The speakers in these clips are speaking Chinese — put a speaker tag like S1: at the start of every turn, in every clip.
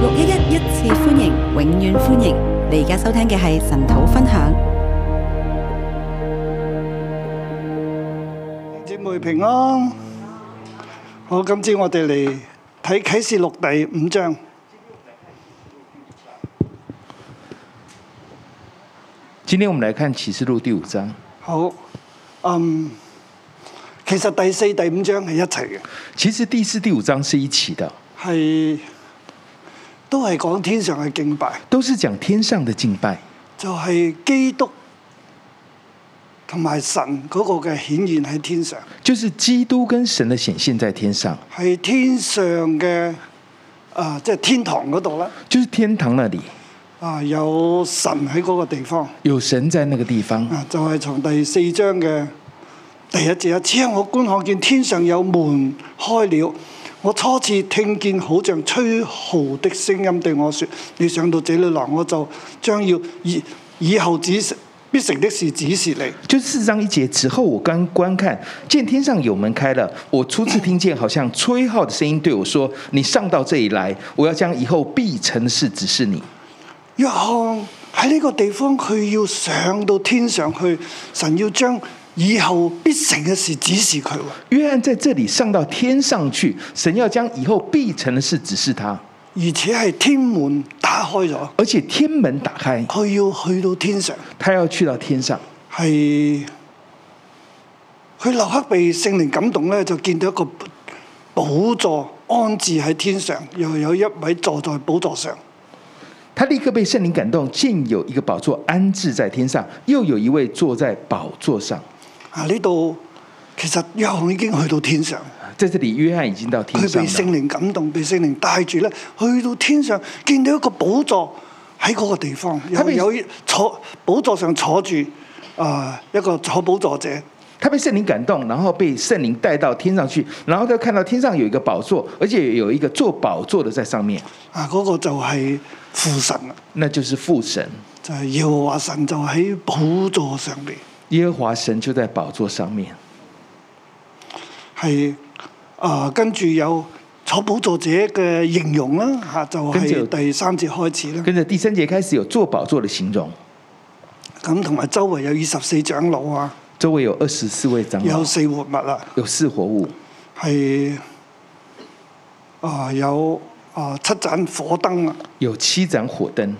S1: 六一一一次歡迎，永遠歡迎！你而家收聽嘅係神土分享。
S2: 姐妹平安，好，今朝我哋嚟睇啟示錄第五章。
S3: 今天我们来看启示录第五章。
S2: 好，嗯，其實第四、第五章係一齊嘅，
S3: 其实第四、第五章是一起的，
S2: 係都係講天上嘅敬拜，
S3: 都是讲天上的敬拜，
S2: 就係、基督同埋神嗰個嘅顯現喺天上，
S3: 就是基督跟神的显现在天上，
S2: 係天上嘅啊、即係天堂嗰度啦，
S3: 就是天堂那里
S2: 啊、有神喺嗰個地方。
S3: 有神在那个地方。
S2: 啊，就係、從第四章嘅第一節啊，此後我觀看見天上有門開了，我初次聽見好像吹號的聲音對我說：你上到這裏來，我就將要以以後指示必成的事指示你。
S3: 就是四章一节之后，我刚观看，见天上有门开了，我初次听见好像吹号的声音对我说：“你上到这里来，我要将以后必成的事指示你。
S2: 約翰喺呢個地方，佢要上到天上去，神要將以後必成嘅事指示佢喎。”
S3: 约翰在这里上到天上去，神要将以后必成的事指示他，
S2: 而且係天門打開咗，
S3: 而且天门打开，
S2: 佢要去到天上。
S3: 他要去到天上。
S2: 係佢立刻被聖靈感動咧，就見到一個寶座安置喺天上，又有一位坐在寶座上。
S3: 他立刻被圣灵感动，见有一个宝座安置在天上，又有一位坐在宝座上。
S2: 啊！呢度其實約翰已經去到天上，
S3: 在啊这里，约翰已经到天
S2: 佢
S3: 上
S2: 被聖
S3: 了。
S2: 靈感動，被聖靈帶住咧，去到天上見到一個寶座喺嗰個地方，
S3: 他
S2: 又
S3: 被
S2: 有一坐寶座上坐住啊、一個坐寶座者。
S3: 他被圣灵感动，然后被圣灵带到天上去，然后他看到天上有一个宝座，而且有一个坐宝座的在上面，
S2: 啊！嗰、個就係父神啦，
S3: 那就是父神
S2: 就係、耶和華神就喺寶座上邊。
S3: 耶和华神就在宝座上面。
S2: 係啊、跟住有坐寶座者嘅形容啦，嚇、就
S3: 跟
S2: 係、
S3: 住有
S2: 第三節開始啦。
S3: 跟着第三节开始有坐宝座的形容，
S2: 咁同埋周圍有二十四長老啊，
S3: 周围有二十四位长老
S2: 有，四活物啊，
S3: 有四活物，
S2: 係啊、有啊、七盞火燈啊，
S3: 有七盏火灯，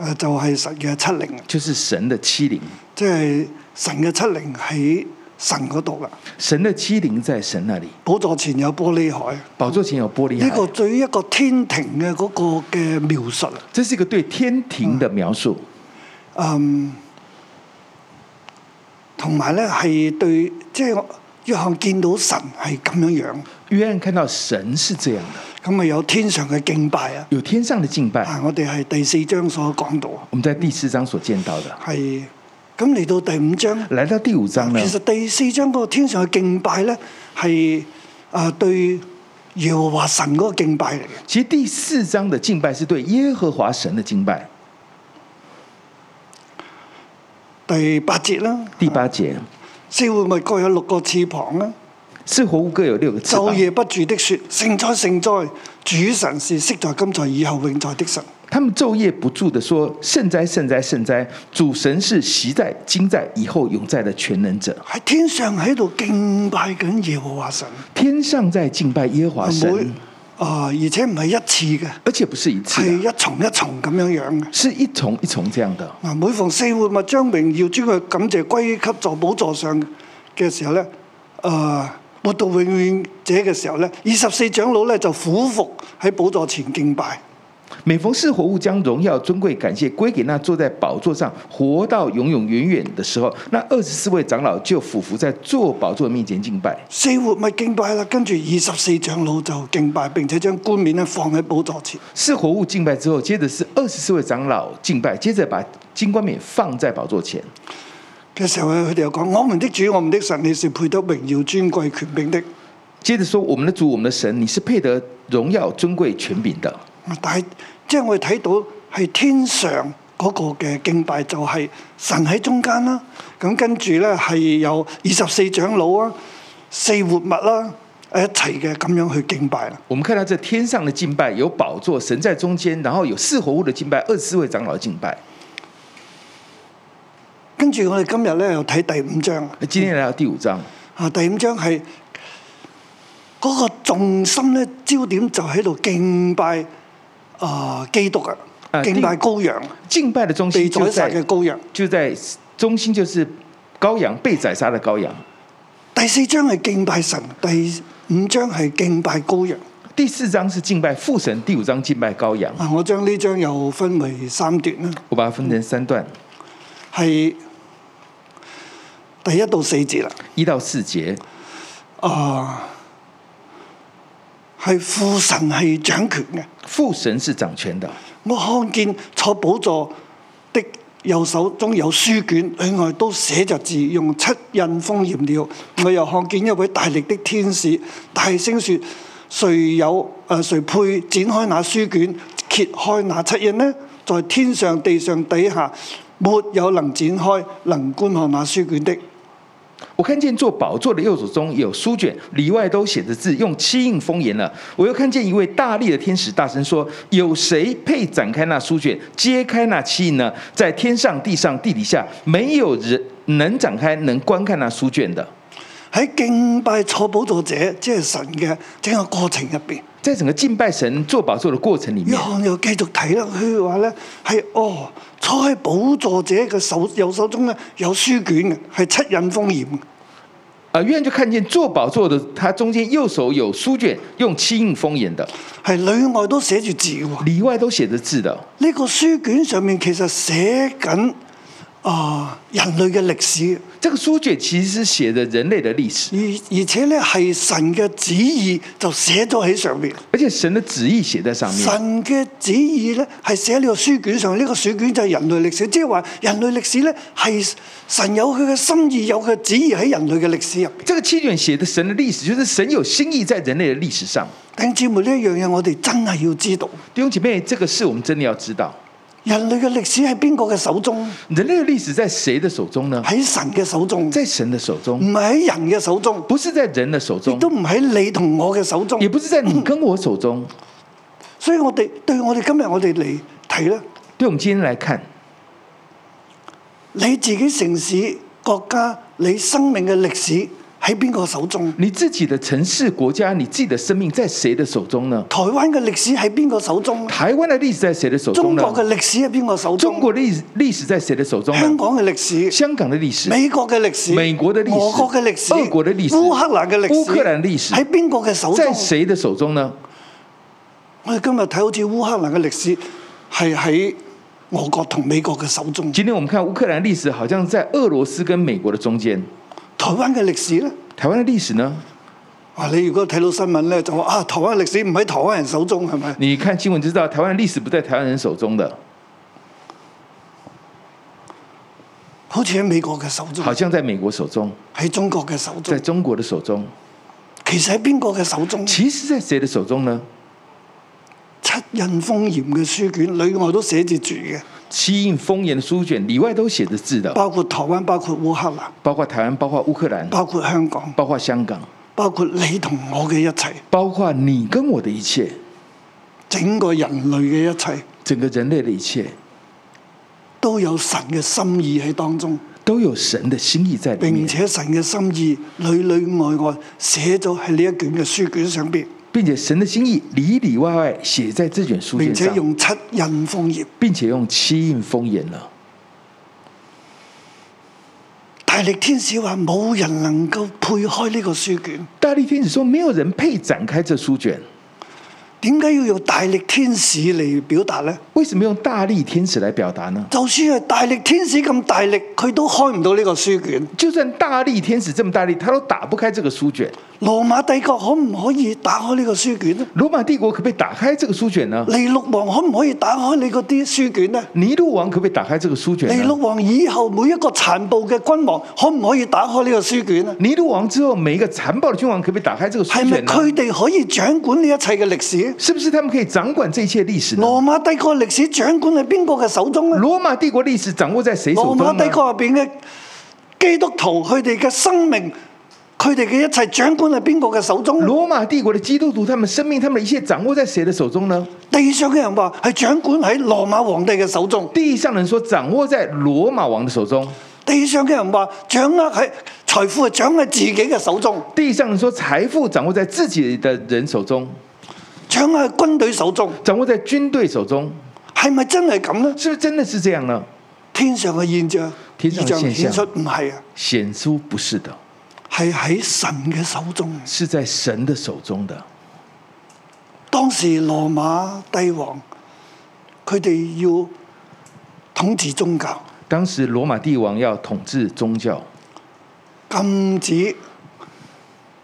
S2: 誒就係、神嘅七靈啊，
S3: 就是神的七灵，
S2: 即係神嘅七靈喺神嗰度啦。
S3: 神的七灵在神那里。
S2: 寶座前有玻璃海，
S3: 宝座前有玻璃海，
S2: 呢個對於一個天庭嘅嗰個嘅描述啊。
S3: 这是一个对天庭的描述，
S2: 嗯，同埋咧係對，即係約翰見到神係咁樣樣，
S3: 约翰看到神是这样的，
S2: 咁啊有天上嘅敬拜啊，
S3: 有天上的敬拜，
S2: 啊我哋係第四章所講到
S3: 我们在第四章所见到的。
S2: 係，咁嚟到第五章，
S3: 来到第五章呢
S2: 嗯其，實第四章嗰個天上嘅敬拜咧係啊對耶和華神嗰個敬拜嚟嘅，
S3: 其实第四章的敬拜是对耶和华神的敬拜。
S2: 第八節啦，
S3: 第八节，
S2: 嗯四活物各有六個翅膀啦。
S3: 四活物各有六个翅
S2: 晝
S3: 膀，
S2: 夜不住的說：聖哉，聖哉！主神是昔在、今在、以後永在的神。
S3: 他们昼夜不住的说：“圣哉，圣哉，圣哉！主神是习在、今在、以后永在的全能者。
S2: 喺天上喺度敬拜緊耶和華神，”
S3: 天上在敬拜耶和华神，
S2: 每啊、而且唔係一次嘅，
S3: 而且不是一次啊
S2: 係
S3: 的，
S2: 一重一重咁樣樣嘅。
S3: 是一重一重这样的。
S2: 嗱，每逢四活物將榮耀諸佢感謝歸給坐寶座上嘅時候咧，啊、活到永遠者嘅時候咧，二十四長老咧就俯伏喺寶座前敬拜。
S3: 每逢是活物将荣耀、尊贵、感谢归给那坐在宝座上、活到永永远远的时候，那二十四位长老就俯伏在坐宝座面前敬拜。
S2: 四活物敬拜啦，跟住二十四長老就敬拜，並且將冠冕咧放喺寶座前。
S3: 是活物敬拜之后，接着是二十四位长老敬拜，接着把金冠冕放在宝座前
S2: 嘅時候咧，佢哋又講：我們的主，我們的神，你是配得榮耀、尊貴、權柄的。
S3: 接着说：“我们的主，我们的神，你是配得荣耀、尊贵、权柄的。
S2: 但係即係我哋睇到係天上嗰個嘅敬拜就係神喺中間啦。咁跟住咧係有二十四長老啊、四活物啦、一齊嘅咁樣去敬拜啦。
S3: 我们看到这天上的敬拜有宝座，神在中间，然后有四活物的敬拜，二十四位长老的敬拜。
S2: 跟住我哋今日咧又睇第五章
S3: 那今天来到第五章，
S2: 啊，第五章係嗰、個重心咧焦點就喺度敬拜啊、基督
S3: 啊
S2: 啊，敬拜羔羊，
S3: 敬拜的中
S2: 被
S3: 心就
S2: 宰殺嘅
S3: 在
S2: 羔羊。
S3: 就在中心就是羔羊被宰杀的羔羊。
S2: 第四章係敬拜神，第五章係敬拜羔羊。
S3: 第四章是敬拜父神，第五章敬拜羔羊。
S2: 啊，我將呢章又分為三段啦，
S3: 我把它分成三段，
S2: 係第一到四節啦。
S3: 一到四节
S2: 啊，係父神係掌權嘅。
S3: 父神是掌权的。
S2: 我看見坐寶座的右手中有書卷，裏外都寫着字，用七印封嚴了。我又看見一位大力的天使，大聲說：誰有誒誰、配展開那書卷，揭開那七印呢？在天上、地上、底下，沒有能展開、能觀看那書卷的。
S3: 我看见坐宝座的右手中有书卷，里外都写着字，用七印封严了。我又看见一位大力的天使大声说：“有谁配展开那书卷，揭开那七印呢？在天上、地上、地底下，没有人能展开、能观看那书卷的。
S2: 喺敬拜坐寶座者，即係神嘅整個過程入邊。”
S3: 在整个敬拜神坐宝座的过程里
S2: 約
S3: 面，
S2: 翰又繼續睇啦，佢話咧係哦，坐喺寶座者嘅手右手中咧有書卷嘅，係七印封嚴嘅。
S3: 呃，约翰就看见坐宝座的他中间右手有书卷，用七印封严的，
S2: 係裏外都寫住字嘅喎。呢、
S3: 里外都写着字的。
S2: 個書卷上面其實寫緊啊人類嘅歷史，
S3: 这个书卷其实是写着人类的历史，
S2: 而而且咧係神嘅旨意就寫咗喺上面。
S3: 而且神的旨意写在上面。
S2: 神嘅旨意咧係寫喺呢個書卷上，呢、個書卷就係人類歷史，即係話人類歷史咧係神有佢嘅心意，有佢嘅旨意喺人類嘅歷史入邊。
S3: 这个七卷写的神的历史，就是神有心意在人类的历史上。
S2: 弟兄姊妹呢一樣嘢，我哋真係要知道，
S3: 弟兄姐妹，这个事我们真的要知道，
S2: 人類嘅歷史喺邊個嘅手中？
S3: 人类的历史在谁的手中呢？
S2: 喺神嘅手中，唔
S3: 在神的手中，
S2: 係喺人嘅手中，
S3: 不是在人的手
S2: 亦
S3: 中，
S2: 都唔喺你同我嘅手中
S3: 也。不是在你跟我手中。
S2: 所以我哋對我哋今日我哋嚟睇咧，
S3: 对我们今天来看，
S2: 你自己城市、國家、你生命嘅歷史喺邊個手中？
S3: 你自己的城市、国家，你自己的生命在谁的手中呢？
S2: 台灣嘅歷史喺邊個手中？
S3: 台湾的历史在谁的手中
S2: 中
S3: 呢？
S2: 國嘅歷史喺邊個手中？
S3: 中国历历史在谁的手中
S2: 香
S3: 呢？
S2: 港嘅歷史、
S3: 香港的历史、
S2: 美國嘅歷史、
S3: 美國嘅歷史
S2: 俄國嘅歷史、
S3: 俄國嘅歷史
S2: 烏克蘭嘅歷史、
S3: 烏克蘭歷史
S2: 喺邊個嘅手
S3: 在
S2: 中？
S3: 谁的手中呢？
S2: 我哋今日睇好似烏克蘭嘅歷史係喺俄國同美國嘅手中，
S3: 今天我们看乌克兰历史，好像在俄罗斯跟美国的中间。
S2: 台灣嘅歷史咧，
S3: 台湾的历史呢？
S2: 啊你如果睇到新聞咧，就話啊台灣嘅歷史唔喺台灣人手中係咪？
S3: 你看新闻就知道，台湾的历史不在台湾人手中的，
S2: 好似喺美國嘅手中
S3: 好，像在美国手中，
S2: 喺中國嘅手
S3: 在
S2: 中，
S3: 中国的手中，
S2: 其實喺邊個嘅手中？
S3: 其实在谁的手中呢？
S2: 七印封嚴嘅書卷，裏外都寫住住嘅，
S3: 七印封严的书卷里外都写着字的，
S2: 包括台灣，包括烏克蘭，
S3: 包括台湾，包括乌克兰，
S2: 包括香港，
S3: 包括香港，
S2: 包括你同我嘅一切，
S3: 包括你跟我的一切，
S2: 整個人類嘅一切
S3: 整个人类的一切
S2: 都有神嘅心意喺當中。
S3: 都有神的心意在里
S2: 並
S3: 面，
S2: 且神嘅心意裏裏外外寫咗喺呢一卷嘅書卷上邊，
S3: 并且神的心意里里外外写在这卷书
S2: 並
S3: 卷
S2: 且
S3: 上，
S2: 用七印封頁。
S3: 并且用七印封严了。
S2: 大力天使話：冇人能夠配開呢個書卷。
S3: 大力天使说，没有人配展开这书卷。
S2: 點解要用大力天使嚟表達呢？
S3: 为什么用大力天使来表达呢？
S2: 就算係大力天使咁大力，佢都開唔到呢個書卷。
S3: 就算大力天使这么大力，他都打不开这个书卷。
S2: 羅馬帝國可唔可以打開呢個書卷呢？
S3: 罗马帝国可不可以打开这个书卷呢？
S2: 尼禄王可唔可以打開你嗰啲書卷呢？
S3: 尼禄王可不可以打开这个书卷
S2: 尼
S3: 呢
S2: 禄？王以後每一個殘暴嘅君王，可唔可以打開呢個書卷呢？
S3: 尼禄王之后，每一个残暴的君王可不可以打开这个书
S2: 係咪
S3: 卷呢？
S2: 佢哋哎可以掌管呢一切嘅歷史？
S3: 是不是他们可以掌管这一切历史呢？
S2: 羅馬帝國歷史掌管喺邊個嘅手中咧？
S3: 罗马帝国历史掌握在谁手
S2: 羅馬
S3: 中呢
S2: 帝？國入邊嘅基督徒佢哋嘅生命佢哋嘅一切掌管喺邊個嘅手中呢？
S3: 罗马帝国的基督徒，他们生命，他们的一切掌握在谁的手中呢？
S2: 地上嘅人話係掌管喺羅馬皇帝嘅手中，
S3: 地上人说掌握在罗马王的手中，
S2: 地上嘅人話掌握喺財富係掌握喺自己嘅手中，
S3: 地上人说财富掌握在自己的人手中，
S2: 掌握喺軍隊手中，
S3: 掌握在军队手中，
S2: 係咪真係咁呢？
S3: 是不是真的是这样呢？
S2: 天上嘅現象，
S3: 天上嘅
S2: 異象
S3: 現
S2: 顯
S3: 象
S2: 出唔係啊，
S3: 显出不是的，
S2: 係喺神嘅手中。
S3: 是在神的手中的。
S2: 當時羅馬帝王佢哋要統治宗教，
S3: 当时罗马帝王要统治宗教，
S2: 禁止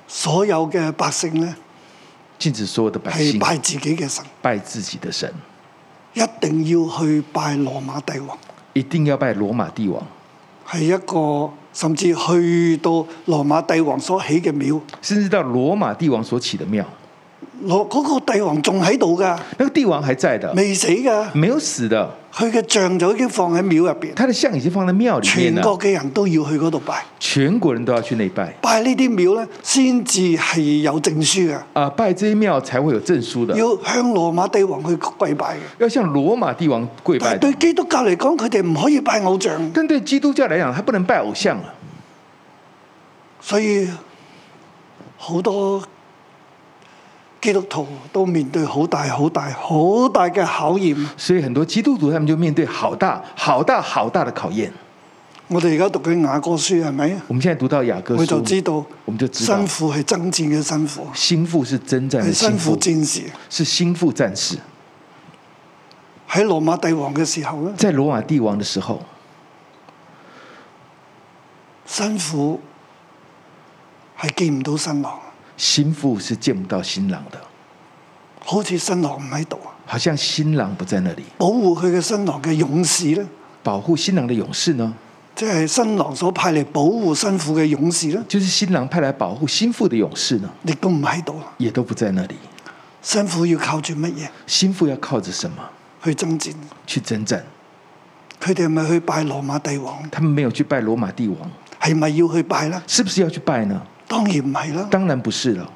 S2: 所有嘅百姓呢
S3: 禁止所有的百
S2: 係
S3: 姓
S2: 拜自己嘅神，
S3: 拜自己的神，
S2: 一定要去拜羅馬帝王。
S3: 一定要拜罗马帝王，
S2: 係一個甚至去到羅馬帝王所起嘅廟，
S3: 甚至到罗马帝王所起的庙，
S2: 羅嗰、個帝王仲喺度㗎，
S3: 那个帝王还在的，
S2: 未死㗎，
S3: 没有死的，
S2: 佢嘅像就已經放喺廟入邊，
S3: 他的像已经放在庙里面
S2: 全
S3: 了
S2: 國，嘅人都要去嗰度拜，
S3: 全国人都要去那拜
S2: 拜呢啲廟咧先至係有證書㗎，
S3: 啊、拜这些庙才会有证书的，
S2: 要向羅馬帝王去跪拜嘅。
S3: 要向罗马帝王跪
S2: 但
S3: 拜
S2: 係
S3: 的
S2: 對。基督教嚟講，佢哋唔可以拜偶像，
S3: 但对基督教来讲，他不能拜偶像了，
S2: 所以好多基督徒都面對好大、好大、好大嘅考驗。
S3: 所以很多基督徒他们就面对好大、好大、好大的考验。
S2: 我哋而家讀緊雅歌書係咪？
S3: 我们现在读到雅各
S2: 佢就
S3: 书，
S2: 知道
S3: 我們就知道
S2: 辛苦係爭戰嘅辛苦，
S3: 心腹是征战
S2: 係
S3: 的
S2: 辛
S3: 心
S2: 苦
S3: 腹，
S2: 戰士。
S3: 是心腹战士。
S2: 喺羅馬帝王嘅時候咧，
S3: 在罗马帝王的时候，
S2: 辛苦係見唔到新郎，
S3: 心腹是见不到新郎的，
S2: 好似新郎唔喺度啊！
S3: 好像新郎不在那里。
S2: 保護佢嘅新郎嘅勇士咧，
S3: 保护新郎的勇士呢，
S2: 即係新郎所派嚟保護辛苦嘅勇士咧，
S3: 就是新郎派来保护心腹的勇士呢，
S2: 亦都唔喺度啊！
S3: 也都不在那里。
S2: 辛苦要靠住乜嘢
S3: 心腹要靠着什么
S2: 去爭戰？
S3: 去征战？
S2: 佢哋係咪去拜羅馬帝王？
S3: 他们没有去拜罗马帝王，
S2: 係咪要去拜啦？
S3: 是不是要去拜呢？
S2: 當然唔係啦。
S3: 当然不是了。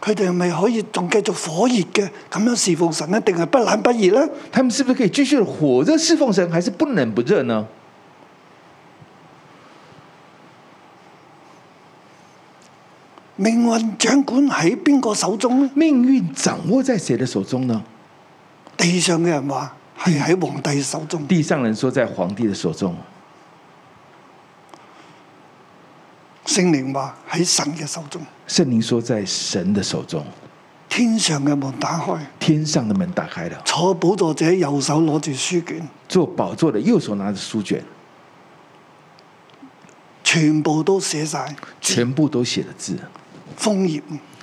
S2: 佢哋係咪可以仲繼續火熱嘅咁樣侍奉神咧？定係不冷不熱咧？
S3: 他们是不是可以继续地火热侍奉神，还是不冷不热呢？
S2: 命運掌管喺邊個手中咧？
S3: 命运掌握在谁的手中呢？
S2: 地上嘅人話係喺皇帝手中，
S3: 地上人说在皇帝的手中，
S2: 聖靈話喺神嘅手中。
S3: 圣灵说在神的手中。
S2: 天上嘅門打開，
S3: 天上的门打开了，
S2: 坐寶座者右手攞住書卷，
S3: 坐宝座的右手拿着书卷，
S2: 全部都寫晒
S3: 全部都写了字，
S2: 封頁，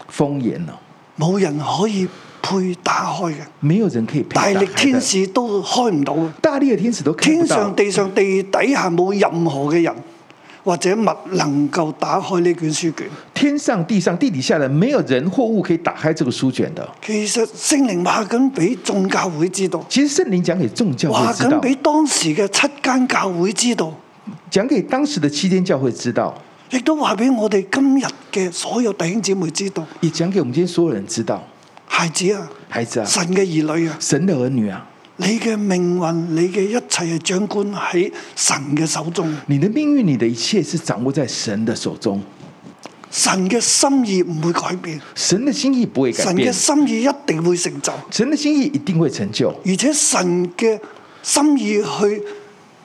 S3: 封严了，
S2: 冇人可以配打開嘅。
S3: 没有人可以配
S2: 大
S3: 打
S2: 力
S3: 开的
S2: 天，使都開唔到嘅。
S3: 大力的天使都看
S2: 天
S3: 不到
S2: 上、。地上、地底下冇任何嘅人或者物能夠打開呢卷書卷。
S3: 天上、地上、地底下的，没有人或物可以打开这个书卷的。
S2: 其實聖靈話緊俾眾教會知道，
S3: 其实圣灵讲给众教
S2: 話
S3: 会知
S2: 緊
S3: 道，
S2: 俾當時嘅七間教會知道，
S3: 讲给当时的七间教会知道，
S2: 亦都話俾我哋今日嘅所有弟兄姊妹知道。
S3: 也讲给我们今天所有人知道。
S2: 孩子啊，
S3: 孩子啊，
S2: 神嘅兒女啊，
S3: 神的儿女啊，
S2: 你嘅命運、你嘅一切係掌管喺神嘅手中。
S3: 你的命运、你的一切是掌握在神的手中，
S2: 神嘅心意唔會改變，
S3: 神的心意不会改
S2: 神嘅
S3: 变，
S2: 心意一定會成就。
S3: 神的心意一定会成就。
S2: 而且神嘅心意去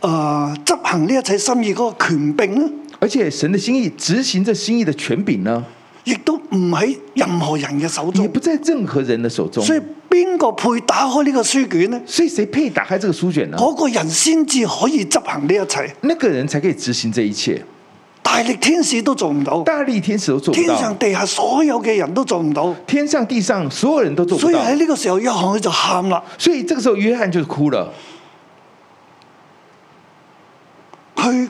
S2: 啊執行呢一切心意嗰個權柄咧，
S3: 而且神的心意执行这心意的权柄呢，
S2: 亦都唔喺任何人嘅手
S3: 也
S2: 中
S3: 不。在任何人的手中。
S2: 所以邊個配打開呢個書卷呢？
S3: 所以谁配打开这个书卷呢？
S2: 嗰、個人先至可以執行呢一切。
S3: 那个人才可以执行这一切。
S2: 大力天使都做唔到，
S3: 大力天使都做
S2: 天
S3: 不
S2: 上
S3: 到，
S2: 地下所有嘅人都做唔到。
S3: 天上地上所有人都做
S2: 所
S3: 不
S2: 以
S3: 到。
S2: 喺呢個時候，約翰佢就喊啦，
S3: 所以这个时候约翰就哭了。
S2: 佢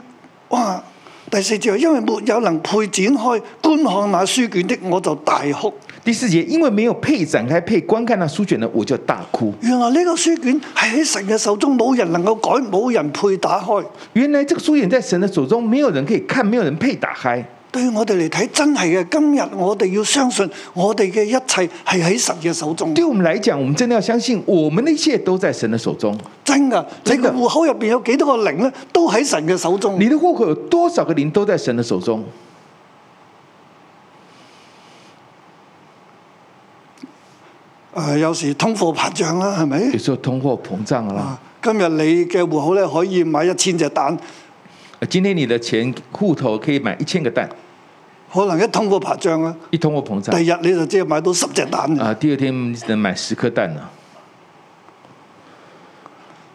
S2: 哇第四節話，因為沒有能配展開觀看那書卷的，我就大哭。
S3: 第四节，因为没有配展开配观看那书卷呢，我就大哭。
S2: 原來呢個書卷係喺神嘅手中，冇人能夠改，冇人配打開。
S3: 原来这个书卷在神的手中，没有人可以看，没有人配打开。
S2: 對我哋嚟睇真係嘅。今日我哋要相信，我哋嘅一切係喺神嘅手中。
S3: 对我们来讲，我们真的要相信，我们的一切都在神的手中。
S2: 真噶，你
S3: 真
S2: 個
S3: 㗎
S2: 户口入邊有幾多個零咧，都喺神嘅手中。
S3: 你的户口有多少个零都在神的手中。
S2: 誒、啊有時通貨膨脹啦，係啊咪
S3: 有？时候通货膨胀了啦
S2: 啊，今日你嘅户口咧可以買一千隻蛋，
S3: 呃今天你的钱户头可以买一千个蛋，
S2: 可能一通貨膨脹啊，
S3: 一通货膨胀
S2: 第二日你就只係買到十隻蛋。
S3: 啊，第二天只能买十颗蛋了。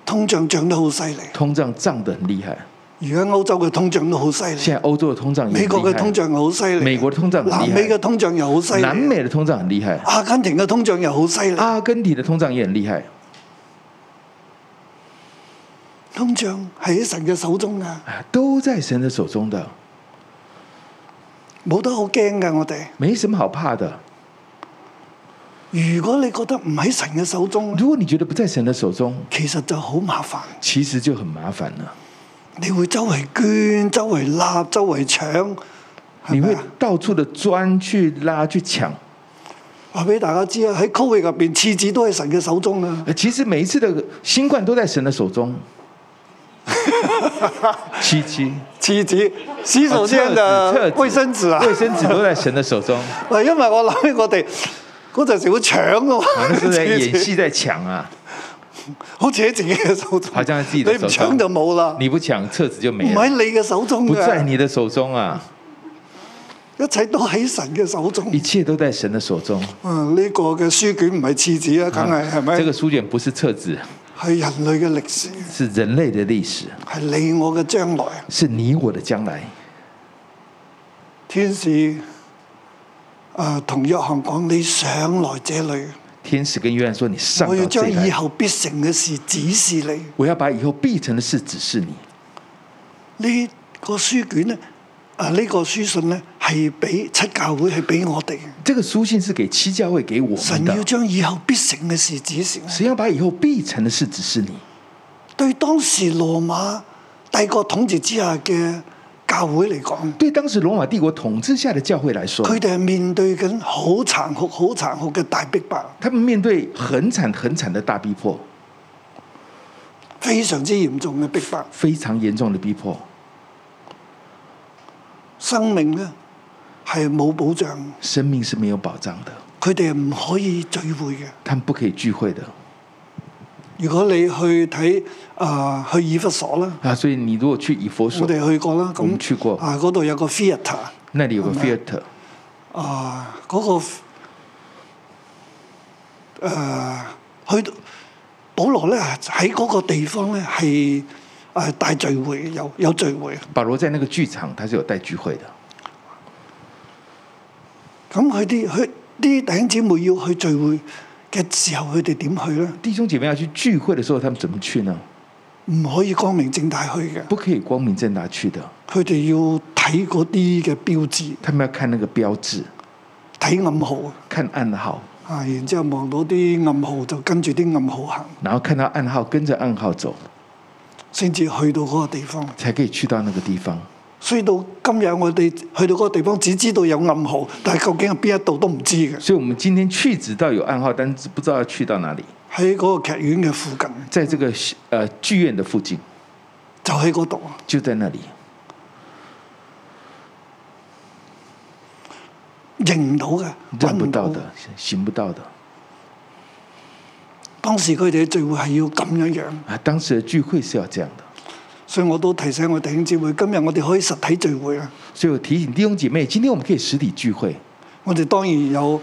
S2: 通脹漲得好犀
S3: 通胀涨得很厉害，
S2: 利，而家歐洲嘅通脹都好犀利，
S3: 现在欧洲的通胀也很
S2: 美
S3: 厉
S2: 國嘅
S3: 害，
S2: 通脹好犀利，
S3: 美國嘅通脹好
S2: 南
S3: 厲害
S2: 美嘅通脹又好犀
S3: 南
S2: 利，
S3: 美的通胀很厉害，
S2: 阿根廷嘅通脹又好犀利。
S3: 阿根廷的通胀也很厉害，
S2: 通脹喺神嘅手中啊，
S3: 啊都在神的手中的，
S2: 冇得好驚噶。我哋
S3: 没什么好怕的。
S2: 如果你覺得唔喺神嘅手中，
S3: 如果你觉得不在神的手中，
S2: 其實就好麻煩。
S3: 其实就很麻烦了，
S2: 你會周圍捐、周圍立、周圍搶，係
S3: 你
S2: 咪
S3: 会
S2: 啊？
S3: 到处的钻去拉去抢。
S2: 話俾大家知啊，喺 Covid 入邊，次子都喺神嘅手中啊。
S3: 呃其实每一次的新冠都在神的手 中。七七，
S2: 次子、洗手間啊、
S3: 哦廁紙
S2: 衛生紙啊，
S3: 卫生纸都在神的手中。
S2: 嗱，因為我諗起我哋嗰陣時會搶噶嘛，
S3: 我们是在演
S2: 廁紙
S3: 戏在抢啊，
S2: 好似喺自己嘅手中，
S3: 好像喺自己嘅手中
S2: 你唔搶就冇啦，
S3: 你不啊抢册子就
S2: 唔
S3: 没
S2: 喺
S3: 了，
S2: 你嘅手中
S3: 不在
S2: 嘅，
S3: 你的手中啊，
S2: 一切都喺神嘅手中
S3: 一。切都在神的手中。
S2: 嗯，呢、個嘅書卷唔係廁紙啊，梗係係咪？
S3: 这个书卷不是册子，
S2: 係人類嘅歷史，
S3: 是人类的歷史，
S2: 係你我嘅將來。
S3: 是你我的将来。
S2: 天使啊，同約翰講：你想來這裏，
S3: 天使跟约翰说：“你上
S2: 我要
S3: 到这
S2: 將
S3: 里
S2: 以
S3: 来，
S2: 後必成嘅事指示你。
S3: 我要把以后必成的事指示你。
S2: 呢、個書卷呢，啊呢、個書信呢，係俾七教會係俾我哋嘅。”
S3: 这个书信是给七教会给我们
S2: 神要
S3: 的，
S2: 將以後必成嘅事指示我。
S3: 神要把以后必成的事指示你。
S2: 對當時羅馬帝國統治之下嘅教會嚟講，
S3: 对当时罗马帝国统治下的教会来说，
S2: 佢哋係面對緊好殘酷、好殘酷嘅大逼迫，
S3: 他们面对很惨很惨的大逼迫，
S2: 非常之嚴重嘅逼迫。
S3: 非常严重的逼迫，
S2: 生命呢係冇保障，
S3: 生命是没有保障的，
S2: 佢哋係唔可以聚會嘅。
S3: 他们不可以聚会的
S2: 如果你去睇啊、去以弗所啦，
S3: 啊。所以你如果去以佛
S2: 我
S3: 所，
S2: 哋去過啦，
S3: 我
S2: 咁
S3: 們去過
S2: 啊，嗰度有個 theatre
S3: 那里有
S2: 嗯
S3: 个 theater，
S2: 啊，嗰、個呃去到保羅咧喺嗰個地方咧係誒大聚會嘅，有有聚會嘅。
S3: 保罗在那个剧场他是有带聚会的。
S2: 咁佢啲佢啲弟兄姊妹要去聚會嘅時候，佢哋點去咧？
S3: 弟兄姐妹要去聚会的时候，他们怎么去呢？
S2: 唔可以光明正大去嘅，
S3: 不可以光明正大去的，
S2: 佢哋要睇嗰啲嘅標誌，
S3: 他们要看那个标志，
S2: 睇暗號。
S3: 看暗号，
S2: 啊，然之後望到啲暗號就跟住啲暗號行，
S3: 然后看到暗号，跟着暗号走，
S2: 先至去到嗰個地方。
S3: 才可以去到那个地方。
S2: 所以到今日我哋去到嗰個地方，只知道有暗號，但係究竟係邊一度都唔知嘅。
S3: 所以我们今天去只知道有暗号，但是不知道要去到哪里。
S2: 喺嗰個劇院嘅附近，
S3: 在这个呃剧院的附近，
S2: 就喺嗰度。啊
S3: 就在那里。
S2: 認唔到嘅，
S3: 认不
S2: 搵
S3: 到的，行不到的
S2: 當時佢哋嘅聚會係要咁樣樣，
S3: 啊！当时的聚会是要这样的，
S2: 所以我都提醒我弟兄姊妹，今日我哋可以實體聚會啊。
S3: 所以我提醒弟兄姐妹，今天我们可以实体聚会
S2: 我哋當然有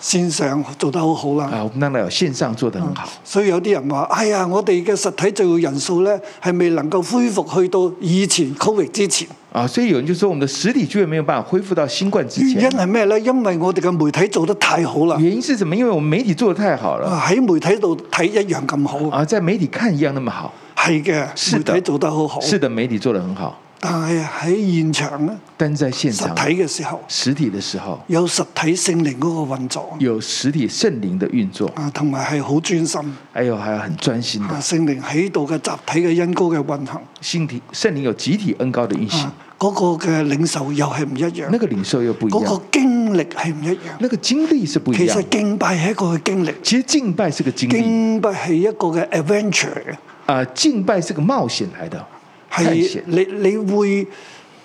S2: 線上做得好好啦。
S3: 啊，我们当然有线上做得很好。
S2: 所以有啲人話：哎呀，我哋嘅實體聚會人數咧係未能夠恢復去到以前 Covid 之前。
S3: 啊，所以有人就说我们的实体聚会没有办法恢复到新冠之
S2: 原因
S3: 前，
S2: 係咩咧？因為我哋嘅媒體做得太好啦，
S3: 原因是什么？因为我们媒体做的太好了
S2: 啊喺媒體度睇一樣咁好。
S3: 啊，在媒体看一样那么好。
S2: 係嘅，
S3: 是
S2: 媒
S3: 的
S2: 體做得好好。
S3: 是的，媒体做的很好，
S2: 但係喺現場咧，
S3: 但是在现
S2: 實
S3: 场
S2: 體嘅時候
S3: 实体的时候，
S2: 有實體聖靈嗰個運作
S3: 有实体圣灵的运作，
S2: 啊，同埋係好專心
S3: 还有哎还有很专心
S2: 啊，
S3: 的
S2: 聖靈喺度嘅集體嘅恩高嘅運行
S3: 性体圣灵有集体恩高的运行
S2: 啊。嗰個嘅領受又係唔一樣
S3: 那，个领受又不一
S2: 嗰
S3: 样，
S2: 個經歷係唔一樣。
S3: 那个经历是不一
S2: 其
S3: 样
S2: 實。敬拜係一個嘅經歷，
S3: 其实敬拜是个经历
S2: 敬拜係一個嘅 adventure 嘅，
S3: 啊、敬拜是个冒险来的，探
S2: 係
S3: 险。
S2: 你你會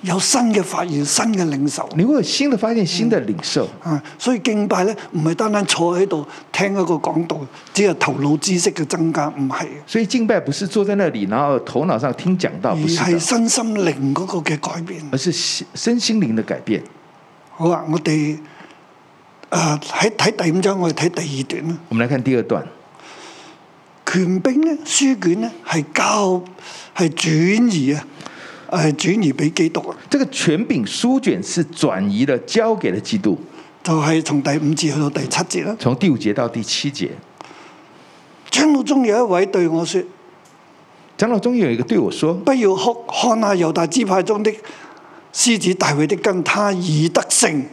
S2: 有新嘅發現、新嘅領受。
S3: 你会有新的发现，新的领受。
S2: 啊，所以敬拜咧唔係單單坐喺度聽一個講道，只係頭腦知識嘅增加，唔係，
S3: 所以敬拜不是坐在那里，然后头脑上听讲道，
S2: 而
S3: 啊不是
S2: 係
S3: 的，
S2: 身心靈嗰個嘅改變。
S3: 而是心身心灵的改变。
S2: 好啊，我哋啊喺睇第五章，我哋睇第二段啦。
S3: 我们来看第二段，
S2: 權柄咧、書卷咧係交係轉移啊，係轉移俾基督啊，
S3: 这个权柄书卷是转移了，交给了基督。
S2: 就係、從第五節去到第七節啦。
S3: 从第五节到第七节，
S2: 長老中有一位對我說：
S3: 长老中有一个对我说
S2: 不要哭，看下猶大支派中的獅子大衛的根，他已得勝，